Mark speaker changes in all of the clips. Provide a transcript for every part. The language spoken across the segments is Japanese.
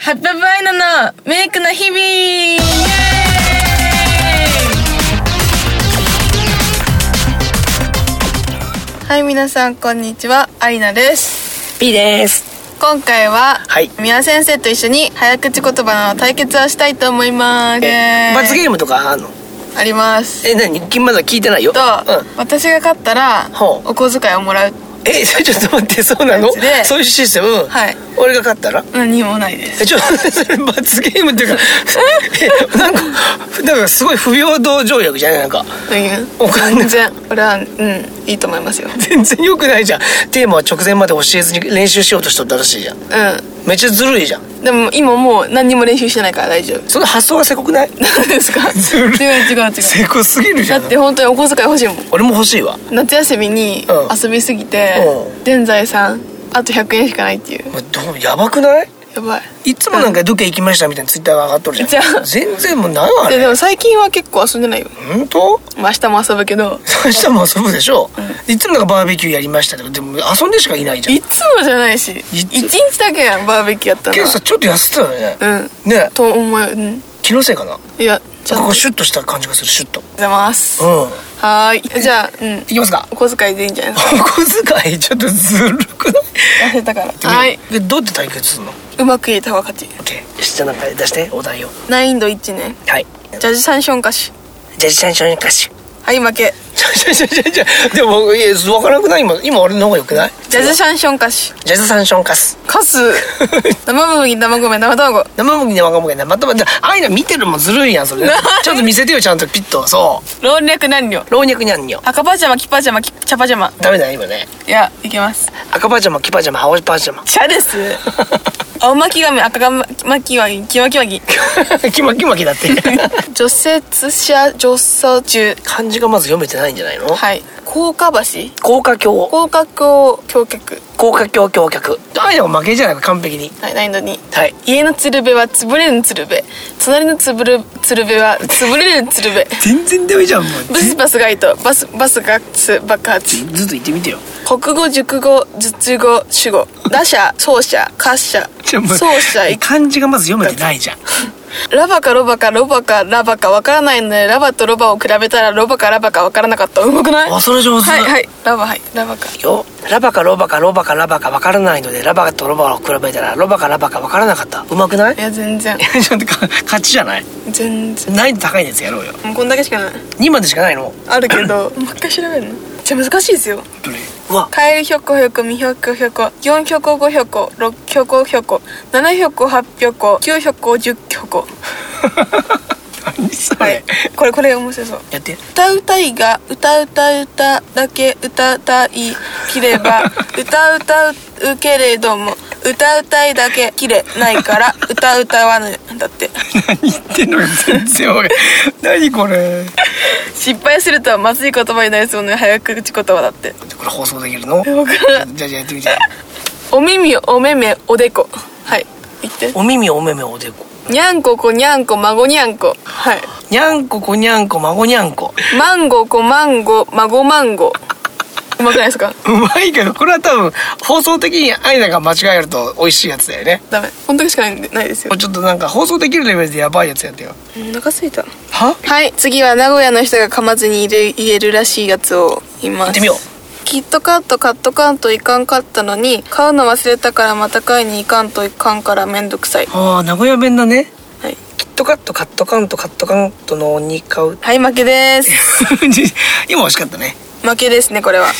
Speaker 1: ハッピーバイナのメイクの日々イエーイはい、皆さんこんにちは、アイナです。
Speaker 2: B です。
Speaker 1: 今回は、
Speaker 2: はい
Speaker 1: 宮先生と一緒に早口言葉の対決をしたいと思います。イエーイ
Speaker 2: 罰ゲームとかあんの？
Speaker 1: あります。
Speaker 2: え、なに？まだ聞いてないよ。
Speaker 1: と、
Speaker 2: うん。
Speaker 1: 私が勝ったら、
Speaker 2: ほう
Speaker 1: お小遣いをもらう。
Speaker 2: え、それちょっと待って、そうなの
Speaker 1: マジで？
Speaker 2: そういうシステム？うん
Speaker 1: はい。
Speaker 2: 俺が勝ったら？
Speaker 1: 何もないです。
Speaker 2: え、ちょっとそれ罰ゲームっていうか、えなんかなんかすごい不平等条約じゃないなんか。
Speaker 1: うん
Speaker 2: お金
Speaker 1: 全然、これは、うん、いいと思いますよ。
Speaker 2: 全然良くないじゃん。テーマは直前まで教えずに練習しようとしとったらしいじゃん。
Speaker 1: うん。
Speaker 2: めっちゃずるいじゃん。
Speaker 1: でも今もう何にも練習してないから大丈夫。
Speaker 2: その発想がせこくない？
Speaker 1: 何ですか
Speaker 2: ずるい
Speaker 1: 違う違う違う。
Speaker 2: せこすぎるじ
Speaker 1: だ
Speaker 2: ゃん
Speaker 1: っ。て本当にお小遣い欲しいもん。
Speaker 2: 俺も欲しいわ。
Speaker 1: 夏休みに
Speaker 2: うん
Speaker 1: 遊びすぎて
Speaker 2: う、
Speaker 1: ぜんざいさん、あと100円しかないっていう。
Speaker 2: もうどうやばくない？
Speaker 1: やばい。
Speaker 2: いつもなんかロケ行きましたみたいなツイッターが上がっとるじ
Speaker 1: じゃ
Speaker 2: ゃ
Speaker 1: あ
Speaker 2: ん。全然もうないわあ
Speaker 1: で
Speaker 2: れ。
Speaker 1: でも最近は結構遊んでないよ。
Speaker 2: 本当？
Speaker 1: まあ明日も遊ぶけど。
Speaker 2: 明日も遊ぶでしょ、いつもなんかバーベキューやりましたとかでも遊んでしかいないじゃん
Speaker 1: いつもじゃないし、一
Speaker 2: いつ
Speaker 1: 日だけやん、バーベキューやった
Speaker 2: けどさ
Speaker 1: の
Speaker 2: ちょっと痩せてたよね、
Speaker 1: は。うん。
Speaker 2: ね
Speaker 1: と思う。うん。
Speaker 2: 気のせいかなこ
Speaker 1: いや、じゃあ、おはよう
Speaker 2: こシュッとした感じがするシュッと
Speaker 1: ございます。
Speaker 2: うん
Speaker 1: はーい。じゃあ、うん。
Speaker 2: いきますか
Speaker 1: お小遣いでいいんじゃない
Speaker 2: お小遣いちょっとずるくな
Speaker 1: 痩
Speaker 2: い
Speaker 1: せたから。はい。
Speaker 2: でどうやって対決するの
Speaker 1: うまく言えた方が勝ち。
Speaker 2: OK じゃあなんか出してお題を
Speaker 1: 難易度1ね。
Speaker 2: はい
Speaker 1: ジャジサンション歌手。
Speaker 2: じゃじゃんしょんかし
Speaker 1: はい、負け。
Speaker 2: じゃじゃじゃじゃでもいや分からなくない今今俺の方がよくない
Speaker 1: ジャズシャンション歌手。
Speaker 2: ジャズサンションカス
Speaker 1: カ ス。生麦、生米、生卵。
Speaker 2: 生麦の若者がまたまたああいうの見てるもんずるいやんそれちゃんと見せてよちゃんとピッとそう
Speaker 1: 老若男女。
Speaker 2: 老若にゃんにょ
Speaker 1: 赤パジャマ、キパジャマ、キチャパジャマ。
Speaker 2: ダメだね今ね
Speaker 1: いや、いけます。
Speaker 2: 赤パジャマ黄パジャマ青パジャマ
Speaker 1: チャです。 青巻紙、赤が巻きわぎ、キワキワ ギ。
Speaker 2: キマキマキだって
Speaker 1: 除雪車、除草中。
Speaker 2: 漢字がまず読めてないんじゃないの
Speaker 1: はい。高架橋。
Speaker 2: 高架橋
Speaker 1: 高架橋、橋脚。
Speaker 2: 高架橋橋脚あいや負けじゃないか完璧に
Speaker 1: はい、難易度2。
Speaker 2: はい
Speaker 1: 家のつるべはつぶれるつるべ隣のつぶるつるべはつぶれるつるべ
Speaker 2: 全然ダメじゃんもう
Speaker 1: ブスバスガイドバスバスガッツ爆発
Speaker 2: ずっと言ってみてよ
Speaker 1: 国語熟語術語主語打者走者滑車
Speaker 2: ちょもう
Speaker 1: 走者い
Speaker 2: 漢字がまず読めてないじゃん
Speaker 1: ラバかロバかロバかラバかわからないのでラバとロバを比べたらロバかラバかわからなかったうまくない
Speaker 2: あそれ上手
Speaker 1: はいはいラバはいラバか
Speaker 2: よラバかロバかロバかラバか分からないのでラバとロバを比べたらロバかラバか分からなかったうまくない
Speaker 1: いや全然
Speaker 2: ちょっとか勝ちじゃない
Speaker 1: 全然
Speaker 2: 難易度高いやつやろうよ
Speaker 1: もうこんだけしかない
Speaker 2: 2までしかないの
Speaker 1: あるけ どもう一回調べるのじゃ難しいですよ
Speaker 2: どれうわ
Speaker 1: カエルひょこひょこみひょこひょこ4ひょこ5ひょこ6ひょこひょこ7ひょこ8ひょこ9ひょこ10ひょこ
Speaker 2: 何そ
Speaker 1: はいこれこれ面白そう
Speaker 2: やって
Speaker 1: 歌うたいが歌うたうただけ歌うたいきれば歌うたうけれども歌うたいだけきれないから歌うたわぬだって
Speaker 2: 何言ってんのか全然おい 何これ
Speaker 1: 失敗するとはまずい言葉になりそうな早口言葉だって
Speaker 2: これ放送できるの
Speaker 1: 分からん
Speaker 2: じゃあじゃあやってみて
Speaker 1: お耳おめめおでこはい言って
Speaker 2: お耳お目目おでこ
Speaker 1: にゃんここにゃんこ孫にゃんこはい
Speaker 2: にゃんここにゃんこ孫にゃんこ
Speaker 1: マンゴーこマンゴー孫マンゴーうまくないですか
Speaker 2: うまいけどこれは多分放送的にアイナが間違えると美味しいやつだよね
Speaker 1: ダメ本当にしかないんでないですよ
Speaker 2: これちょっとなんか放送できるレベルでやばいやつやってよ
Speaker 1: お腹すいた
Speaker 2: は
Speaker 1: はい次は名古屋の人が噛まずに言える言えるらしいやつを言います
Speaker 2: 行ってみよう
Speaker 1: キットカットカットカンといかんかったのに買うの忘れたからまた買いに行かんといかんからめんどく さい
Speaker 2: ああ名古屋弁だね
Speaker 1: はい、
Speaker 2: キットカットカットカントカットカントの鬼買う
Speaker 1: はい、負けです
Speaker 2: 今惜しかったね
Speaker 1: 負けですねこれ はこ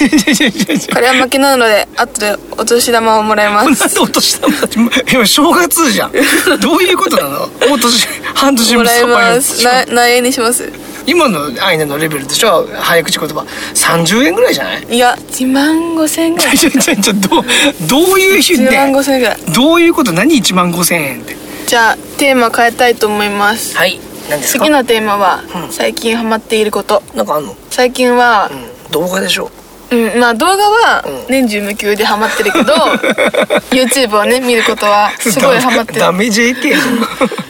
Speaker 1: れは負けなので後でお年玉をもらいま
Speaker 2: こん
Speaker 1: す
Speaker 2: な落としたんだ今正月じゃんどういうことなのお年半年
Speaker 1: も
Speaker 2: も
Speaker 1: らい
Speaker 2: さばや
Speaker 1: ま
Speaker 2: る
Speaker 1: すな何円にします
Speaker 2: 今のアイナのレベルでしょ早口言葉30円ぐらいじゃない
Speaker 1: いや1万5千ぐらい
Speaker 2: ちょちょちょどうどういう日
Speaker 1: 1万
Speaker 2: ね
Speaker 1: 5千ぐらい
Speaker 2: どういうこと何1万5千円って
Speaker 1: じゃあテーマ変えたいと思います
Speaker 2: はい何です
Speaker 1: 次のテーマは、
Speaker 2: うん
Speaker 1: 最近ハマっていること
Speaker 2: なんかあんの、
Speaker 1: 最近は
Speaker 2: う、ん、動画でしょ
Speaker 1: うんまあ動画は
Speaker 2: うん
Speaker 1: 年中無休でハマってる けど YouTube をね見ることはすごいハマって
Speaker 2: ダ
Speaker 1: る
Speaker 2: メ JK じ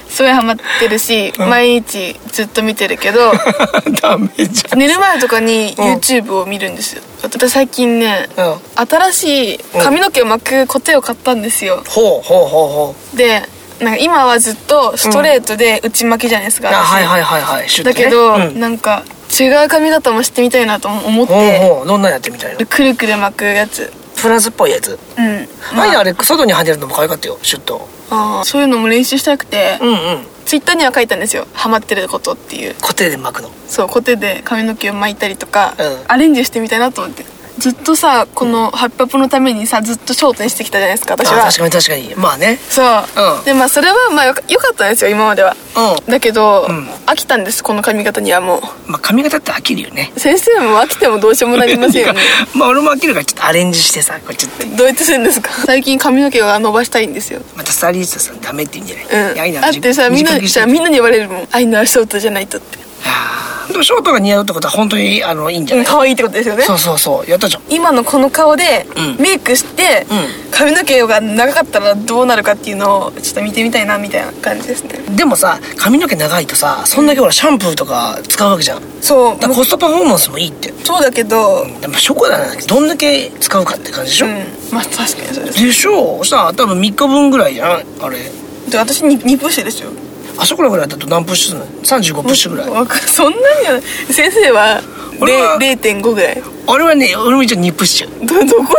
Speaker 1: すごいハマってるし、毎日ずっと見てるけど
Speaker 2: ゃんダメじ
Speaker 1: 寝る前とかに
Speaker 2: うん
Speaker 1: YouTube を見るんですよ私最近ね
Speaker 2: ゃん、うん、
Speaker 1: 新しい髪の毛を巻くコテを買ったんですよ
Speaker 2: ほうほうほうほ
Speaker 1: でなんか今はずっとストレートで打ち負けじゃないですか、
Speaker 2: あはいはいはいはいシュッと
Speaker 1: だ
Speaker 2: ね
Speaker 1: けど、
Speaker 2: うん
Speaker 1: なんか違う髪型もしてみたいなと思っ
Speaker 2: ほう
Speaker 1: て
Speaker 2: ほうどんなんやってみたいな
Speaker 1: くるくる巻くやつ
Speaker 2: プラスっぽいやつ
Speaker 1: うん、
Speaker 2: 前のあれ外に跳ねるのも可愛かったよシュッと
Speaker 1: あーそういうのも練習したくて、
Speaker 2: うんうん
Speaker 1: ツイッターには書いたんですよハマってることっていう
Speaker 2: 固定で巻くの
Speaker 1: そうコテで髪の毛を巻いたりとか、
Speaker 2: うん
Speaker 1: アレンジしてみたいなと思ってずっとさこの「ハッピーアップのためにさずっとショートにしてきたじゃないですか私
Speaker 2: あ
Speaker 1: は
Speaker 2: 確かに確かにまあね
Speaker 1: そう、
Speaker 2: うん
Speaker 1: でまあそれはまあよかよかったんですよ今までは
Speaker 2: う
Speaker 1: だけど、
Speaker 2: うん
Speaker 1: 飽きたんですこの髪型にはも
Speaker 2: んまあ髪型って飽きるよね
Speaker 1: う先生も飽きてもどうしようもなりませんよね
Speaker 2: まあ俺も飽きるからちょっとアレンジしてさこうちょっと
Speaker 1: どうやってするんですか最近髪の毛が伸ばしたいんですよ
Speaker 2: またスタイリストさんダメって言うんじ
Speaker 1: う
Speaker 2: ゃない
Speaker 1: ん
Speaker 2: いやいいな
Speaker 1: だってさみんな
Speaker 2: 短くし
Speaker 1: じ
Speaker 2: て
Speaker 1: ゃあみんなに言われるもん「愛のあるショートじゃないと」って
Speaker 2: あーでもショートが似合うってことは本当にあのいいんじゃ
Speaker 1: う
Speaker 2: なんい
Speaker 1: 可愛いってことですよね
Speaker 2: そうそうそうやったじゃん
Speaker 1: 今のこの顔で
Speaker 2: うん
Speaker 1: メイクして、
Speaker 2: う
Speaker 1: 髪の毛が長かったらどうなるかっていうのをちょっと見てみたいなみたいな感じですね
Speaker 2: でもさ髪の毛長いとさそんだけほらシャンプーとか使うわけじゃんだ
Speaker 1: そう
Speaker 2: から
Speaker 1: もう
Speaker 2: コストパフォーマンスもいいって
Speaker 1: そうだけど
Speaker 2: でもショコラなんだけどどんだけ使うかって感じでし
Speaker 1: う
Speaker 2: ょ、
Speaker 1: んまあ確かにそうです
Speaker 2: でしょそしたら多分3日分ぐらいじゃんあれ
Speaker 1: で私に2プッシュですよ
Speaker 2: あそこらぐらいだと何プッシュするの35プッシュぐらい
Speaker 1: わかそんなには先生は
Speaker 2: 俺は
Speaker 1: れい0.5ぐらい
Speaker 2: 俺はね俺も一応2プッシュ
Speaker 1: どどこ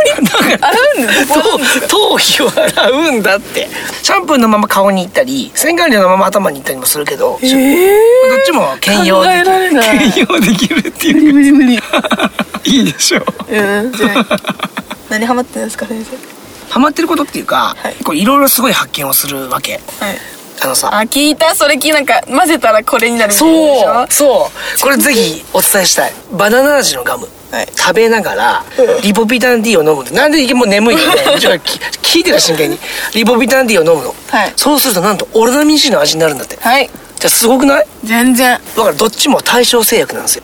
Speaker 1: に洗うん
Speaker 2: だから
Speaker 1: です
Speaker 2: 頭頭皮を洗うんだってシャンプーのまま顔に行ったり洗顔料のまま頭に行ったりもするけど、
Speaker 1: え
Speaker 2: どっ
Speaker 1: え
Speaker 2: ちも兼用
Speaker 1: 考え
Speaker 2: で
Speaker 1: られ
Speaker 2: きる
Speaker 1: ない
Speaker 2: 兼用できるって
Speaker 1: 無
Speaker 2: い
Speaker 1: 理
Speaker 2: う
Speaker 1: 無理無 理
Speaker 2: いいでしょう
Speaker 1: うんじゃない何ハマってんですか先生
Speaker 2: ハマってることっていうか、
Speaker 1: はい
Speaker 2: こういろいろすごい発見をするわけ
Speaker 1: はい
Speaker 2: あの
Speaker 1: あ
Speaker 2: さ
Speaker 1: 聞いたそれ聞いなんか混ぜたらこれになるみたいなでしょ
Speaker 2: そうそうこれぜひお伝えしたいバナナ味のガム
Speaker 1: はい
Speaker 2: 食べながら
Speaker 1: うん
Speaker 2: リボビタン D を飲むのなんでもう眠いよねちょっと聞聞いてる真剣にリボビタン D を飲むの、
Speaker 1: はい
Speaker 2: そうするとなんとオルナミン C の味になるんだって
Speaker 1: はい
Speaker 2: じゃあすごくない
Speaker 1: 全然
Speaker 2: だからどっちも対象製薬なんですよ、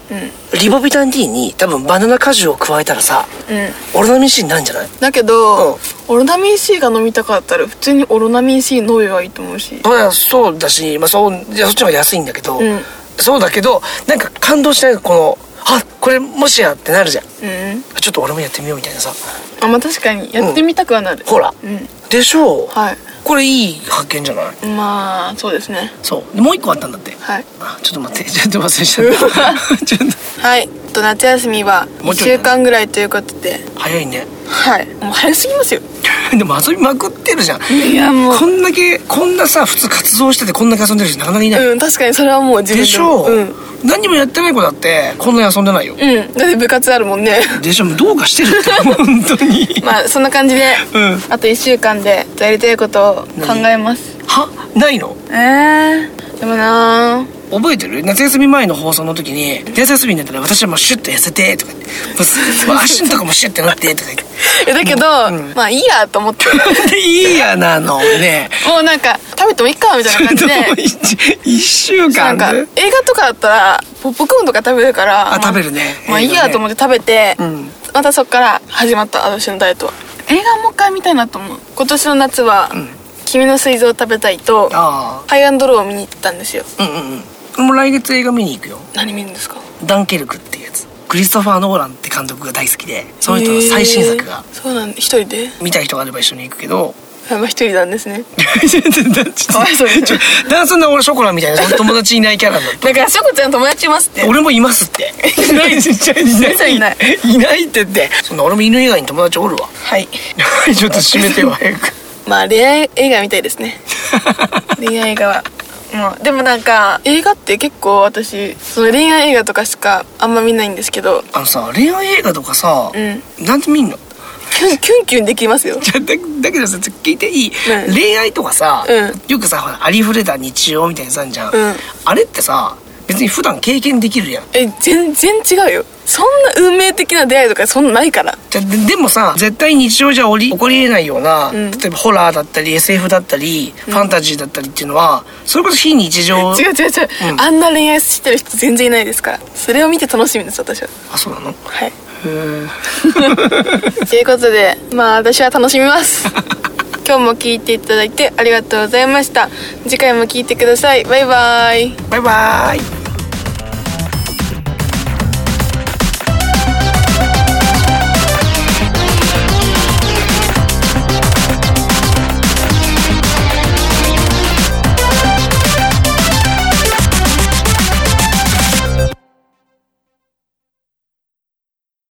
Speaker 2: リボビタン D に多分バナナ果汁を加えたらさ、
Speaker 1: う
Speaker 2: オルナミン C になるんじゃない
Speaker 1: だけど、
Speaker 2: うん
Speaker 1: オロナミン C が飲みたかったら普通にオロナミン C 飲めばいいと思うし
Speaker 2: まあそうだし、まあ、そういやそっちの方が安いんだけど、
Speaker 1: うん
Speaker 2: そうだけどなんか感動しないこのあこれもしやってなるじゃん
Speaker 1: うん
Speaker 2: ちょっと俺もやってみようみたいなさ
Speaker 1: あまあ確かにやってみたくはなる、
Speaker 2: ほら、
Speaker 1: うん
Speaker 2: でしょう、
Speaker 1: はい
Speaker 2: これいい発見じゃない
Speaker 1: まあそうですね
Speaker 2: そうでもう一個あったんだって、
Speaker 1: はい
Speaker 2: あちょっと待って ちょっと忘れちゃったちょっ
Speaker 1: はいと夏休みは
Speaker 2: も
Speaker 1: 1
Speaker 2: うちょいね
Speaker 1: 週間ぐらいということで
Speaker 2: と早いね
Speaker 1: はいもう早すぎますよ
Speaker 2: でも遊びまくってるじゃん
Speaker 1: いやもう
Speaker 2: こんだけこんなさ普通活動しててこんだけ遊んでる人なかなかいない、
Speaker 1: うん確かにそれはもう自分
Speaker 2: でしょう、
Speaker 1: うん、
Speaker 2: 何もやってない子だってこんなに遊んでないよ、
Speaker 1: うん、だって部活あるもんね
Speaker 2: でしょもうどうかしてるって 本当に
Speaker 1: まあそんな感じで、
Speaker 2: うん
Speaker 1: あと1週間でやりたいことを考えます
Speaker 2: はないの
Speaker 1: えー、でもなー
Speaker 2: 覚えてる夏休み前の放送の時に「夏休みになったら私はもうシュッと痩せて」とか言ってもうすもう足のとかもシュッてなって」とか言っ
Speaker 1: えだけど、まあいいやと思って
Speaker 2: てで いいやなのね
Speaker 1: もうなんか食べてもいいかみたいな感じ で
Speaker 2: 1週
Speaker 1: な
Speaker 2: 間
Speaker 1: んか
Speaker 2: で
Speaker 1: 映画とかだったらポップコーンとか食べるから
Speaker 2: あ
Speaker 1: ま
Speaker 2: 食べるね
Speaker 1: まあいいやと思って食べて、
Speaker 2: うん
Speaker 1: またそっから始まった私のダイエットは映画もう一回見たいなと思う今年の夏は「君の膵臓」を食べたいと
Speaker 2: あ
Speaker 1: ハイアンドローを見に行ったんですよ
Speaker 2: あうんうんうんもう来月映画見に行くよ
Speaker 1: 何見るんですか
Speaker 2: ダンケルクっていうやつクリストファー・ノーランって監督が大好きでその人の最新作
Speaker 1: へ
Speaker 2: が
Speaker 1: ーそうなんだ一人で
Speaker 2: 見たい人があれば一緒に行くけど
Speaker 1: あまあ一人なんです ね
Speaker 2: ちょっ と
Speaker 1: かわいそうに
Speaker 2: ちょなんでそんな俺ショコラみたいな友達いないキャラなんだって
Speaker 1: だからしょこちゃん友達いますって
Speaker 2: 俺もいますっていないちっちゃいい
Speaker 1: 嘘いない
Speaker 2: いないってってそんな俺も犬以外に友達おるわ
Speaker 1: はい
Speaker 2: ちょっと閉めてよ早く
Speaker 1: まあ恋愛映画みたいです ね恋愛映画はもうでもなんか映画って結構私その恋愛映画とかしかあんま見ないんですけど
Speaker 2: あのさ恋愛映画とかさ、
Speaker 1: う
Speaker 2: なんて見んの
Speaker 1: キ ュンキュンキュンできますよ
Speaker 2: じゃだだけどさちょっと聞いていい、
Speaker 1: うん
Speaker 2: 恋愛とかさ、
Speaker 1: うん
Speaker 2: よくさほらありふれた日常みたいなさんじゃん、
Speaker 1: うん
Speaker 2: あれってさ別に普段経験できるやん
Speaker 1: え全然違うよそんな運命的な出会いとかそんなないから
Speaker 2: じゃででもさ絶対日常じゃおり起こりえないような、
Speaker 1: ん
Speaker 2: 例えばホラーだったり SF だったり、ファンタジーだったりっていうのはそれこそ非日常
Speaker 1: 違う違う違う、
Speaker 2: うん
Speaker 1: あんな恋愛してる人全然いないですからそれを見て楽しみです私は
Speaker 2: あそうなの
Speaker 1: はい
Speaker 2: へ
Speaker 1: ということでまあ私は楽しみます 今日も聞いていただいてありがとうございました次回も聞いてくださいバイバイ
Speaker 2: バイバーイ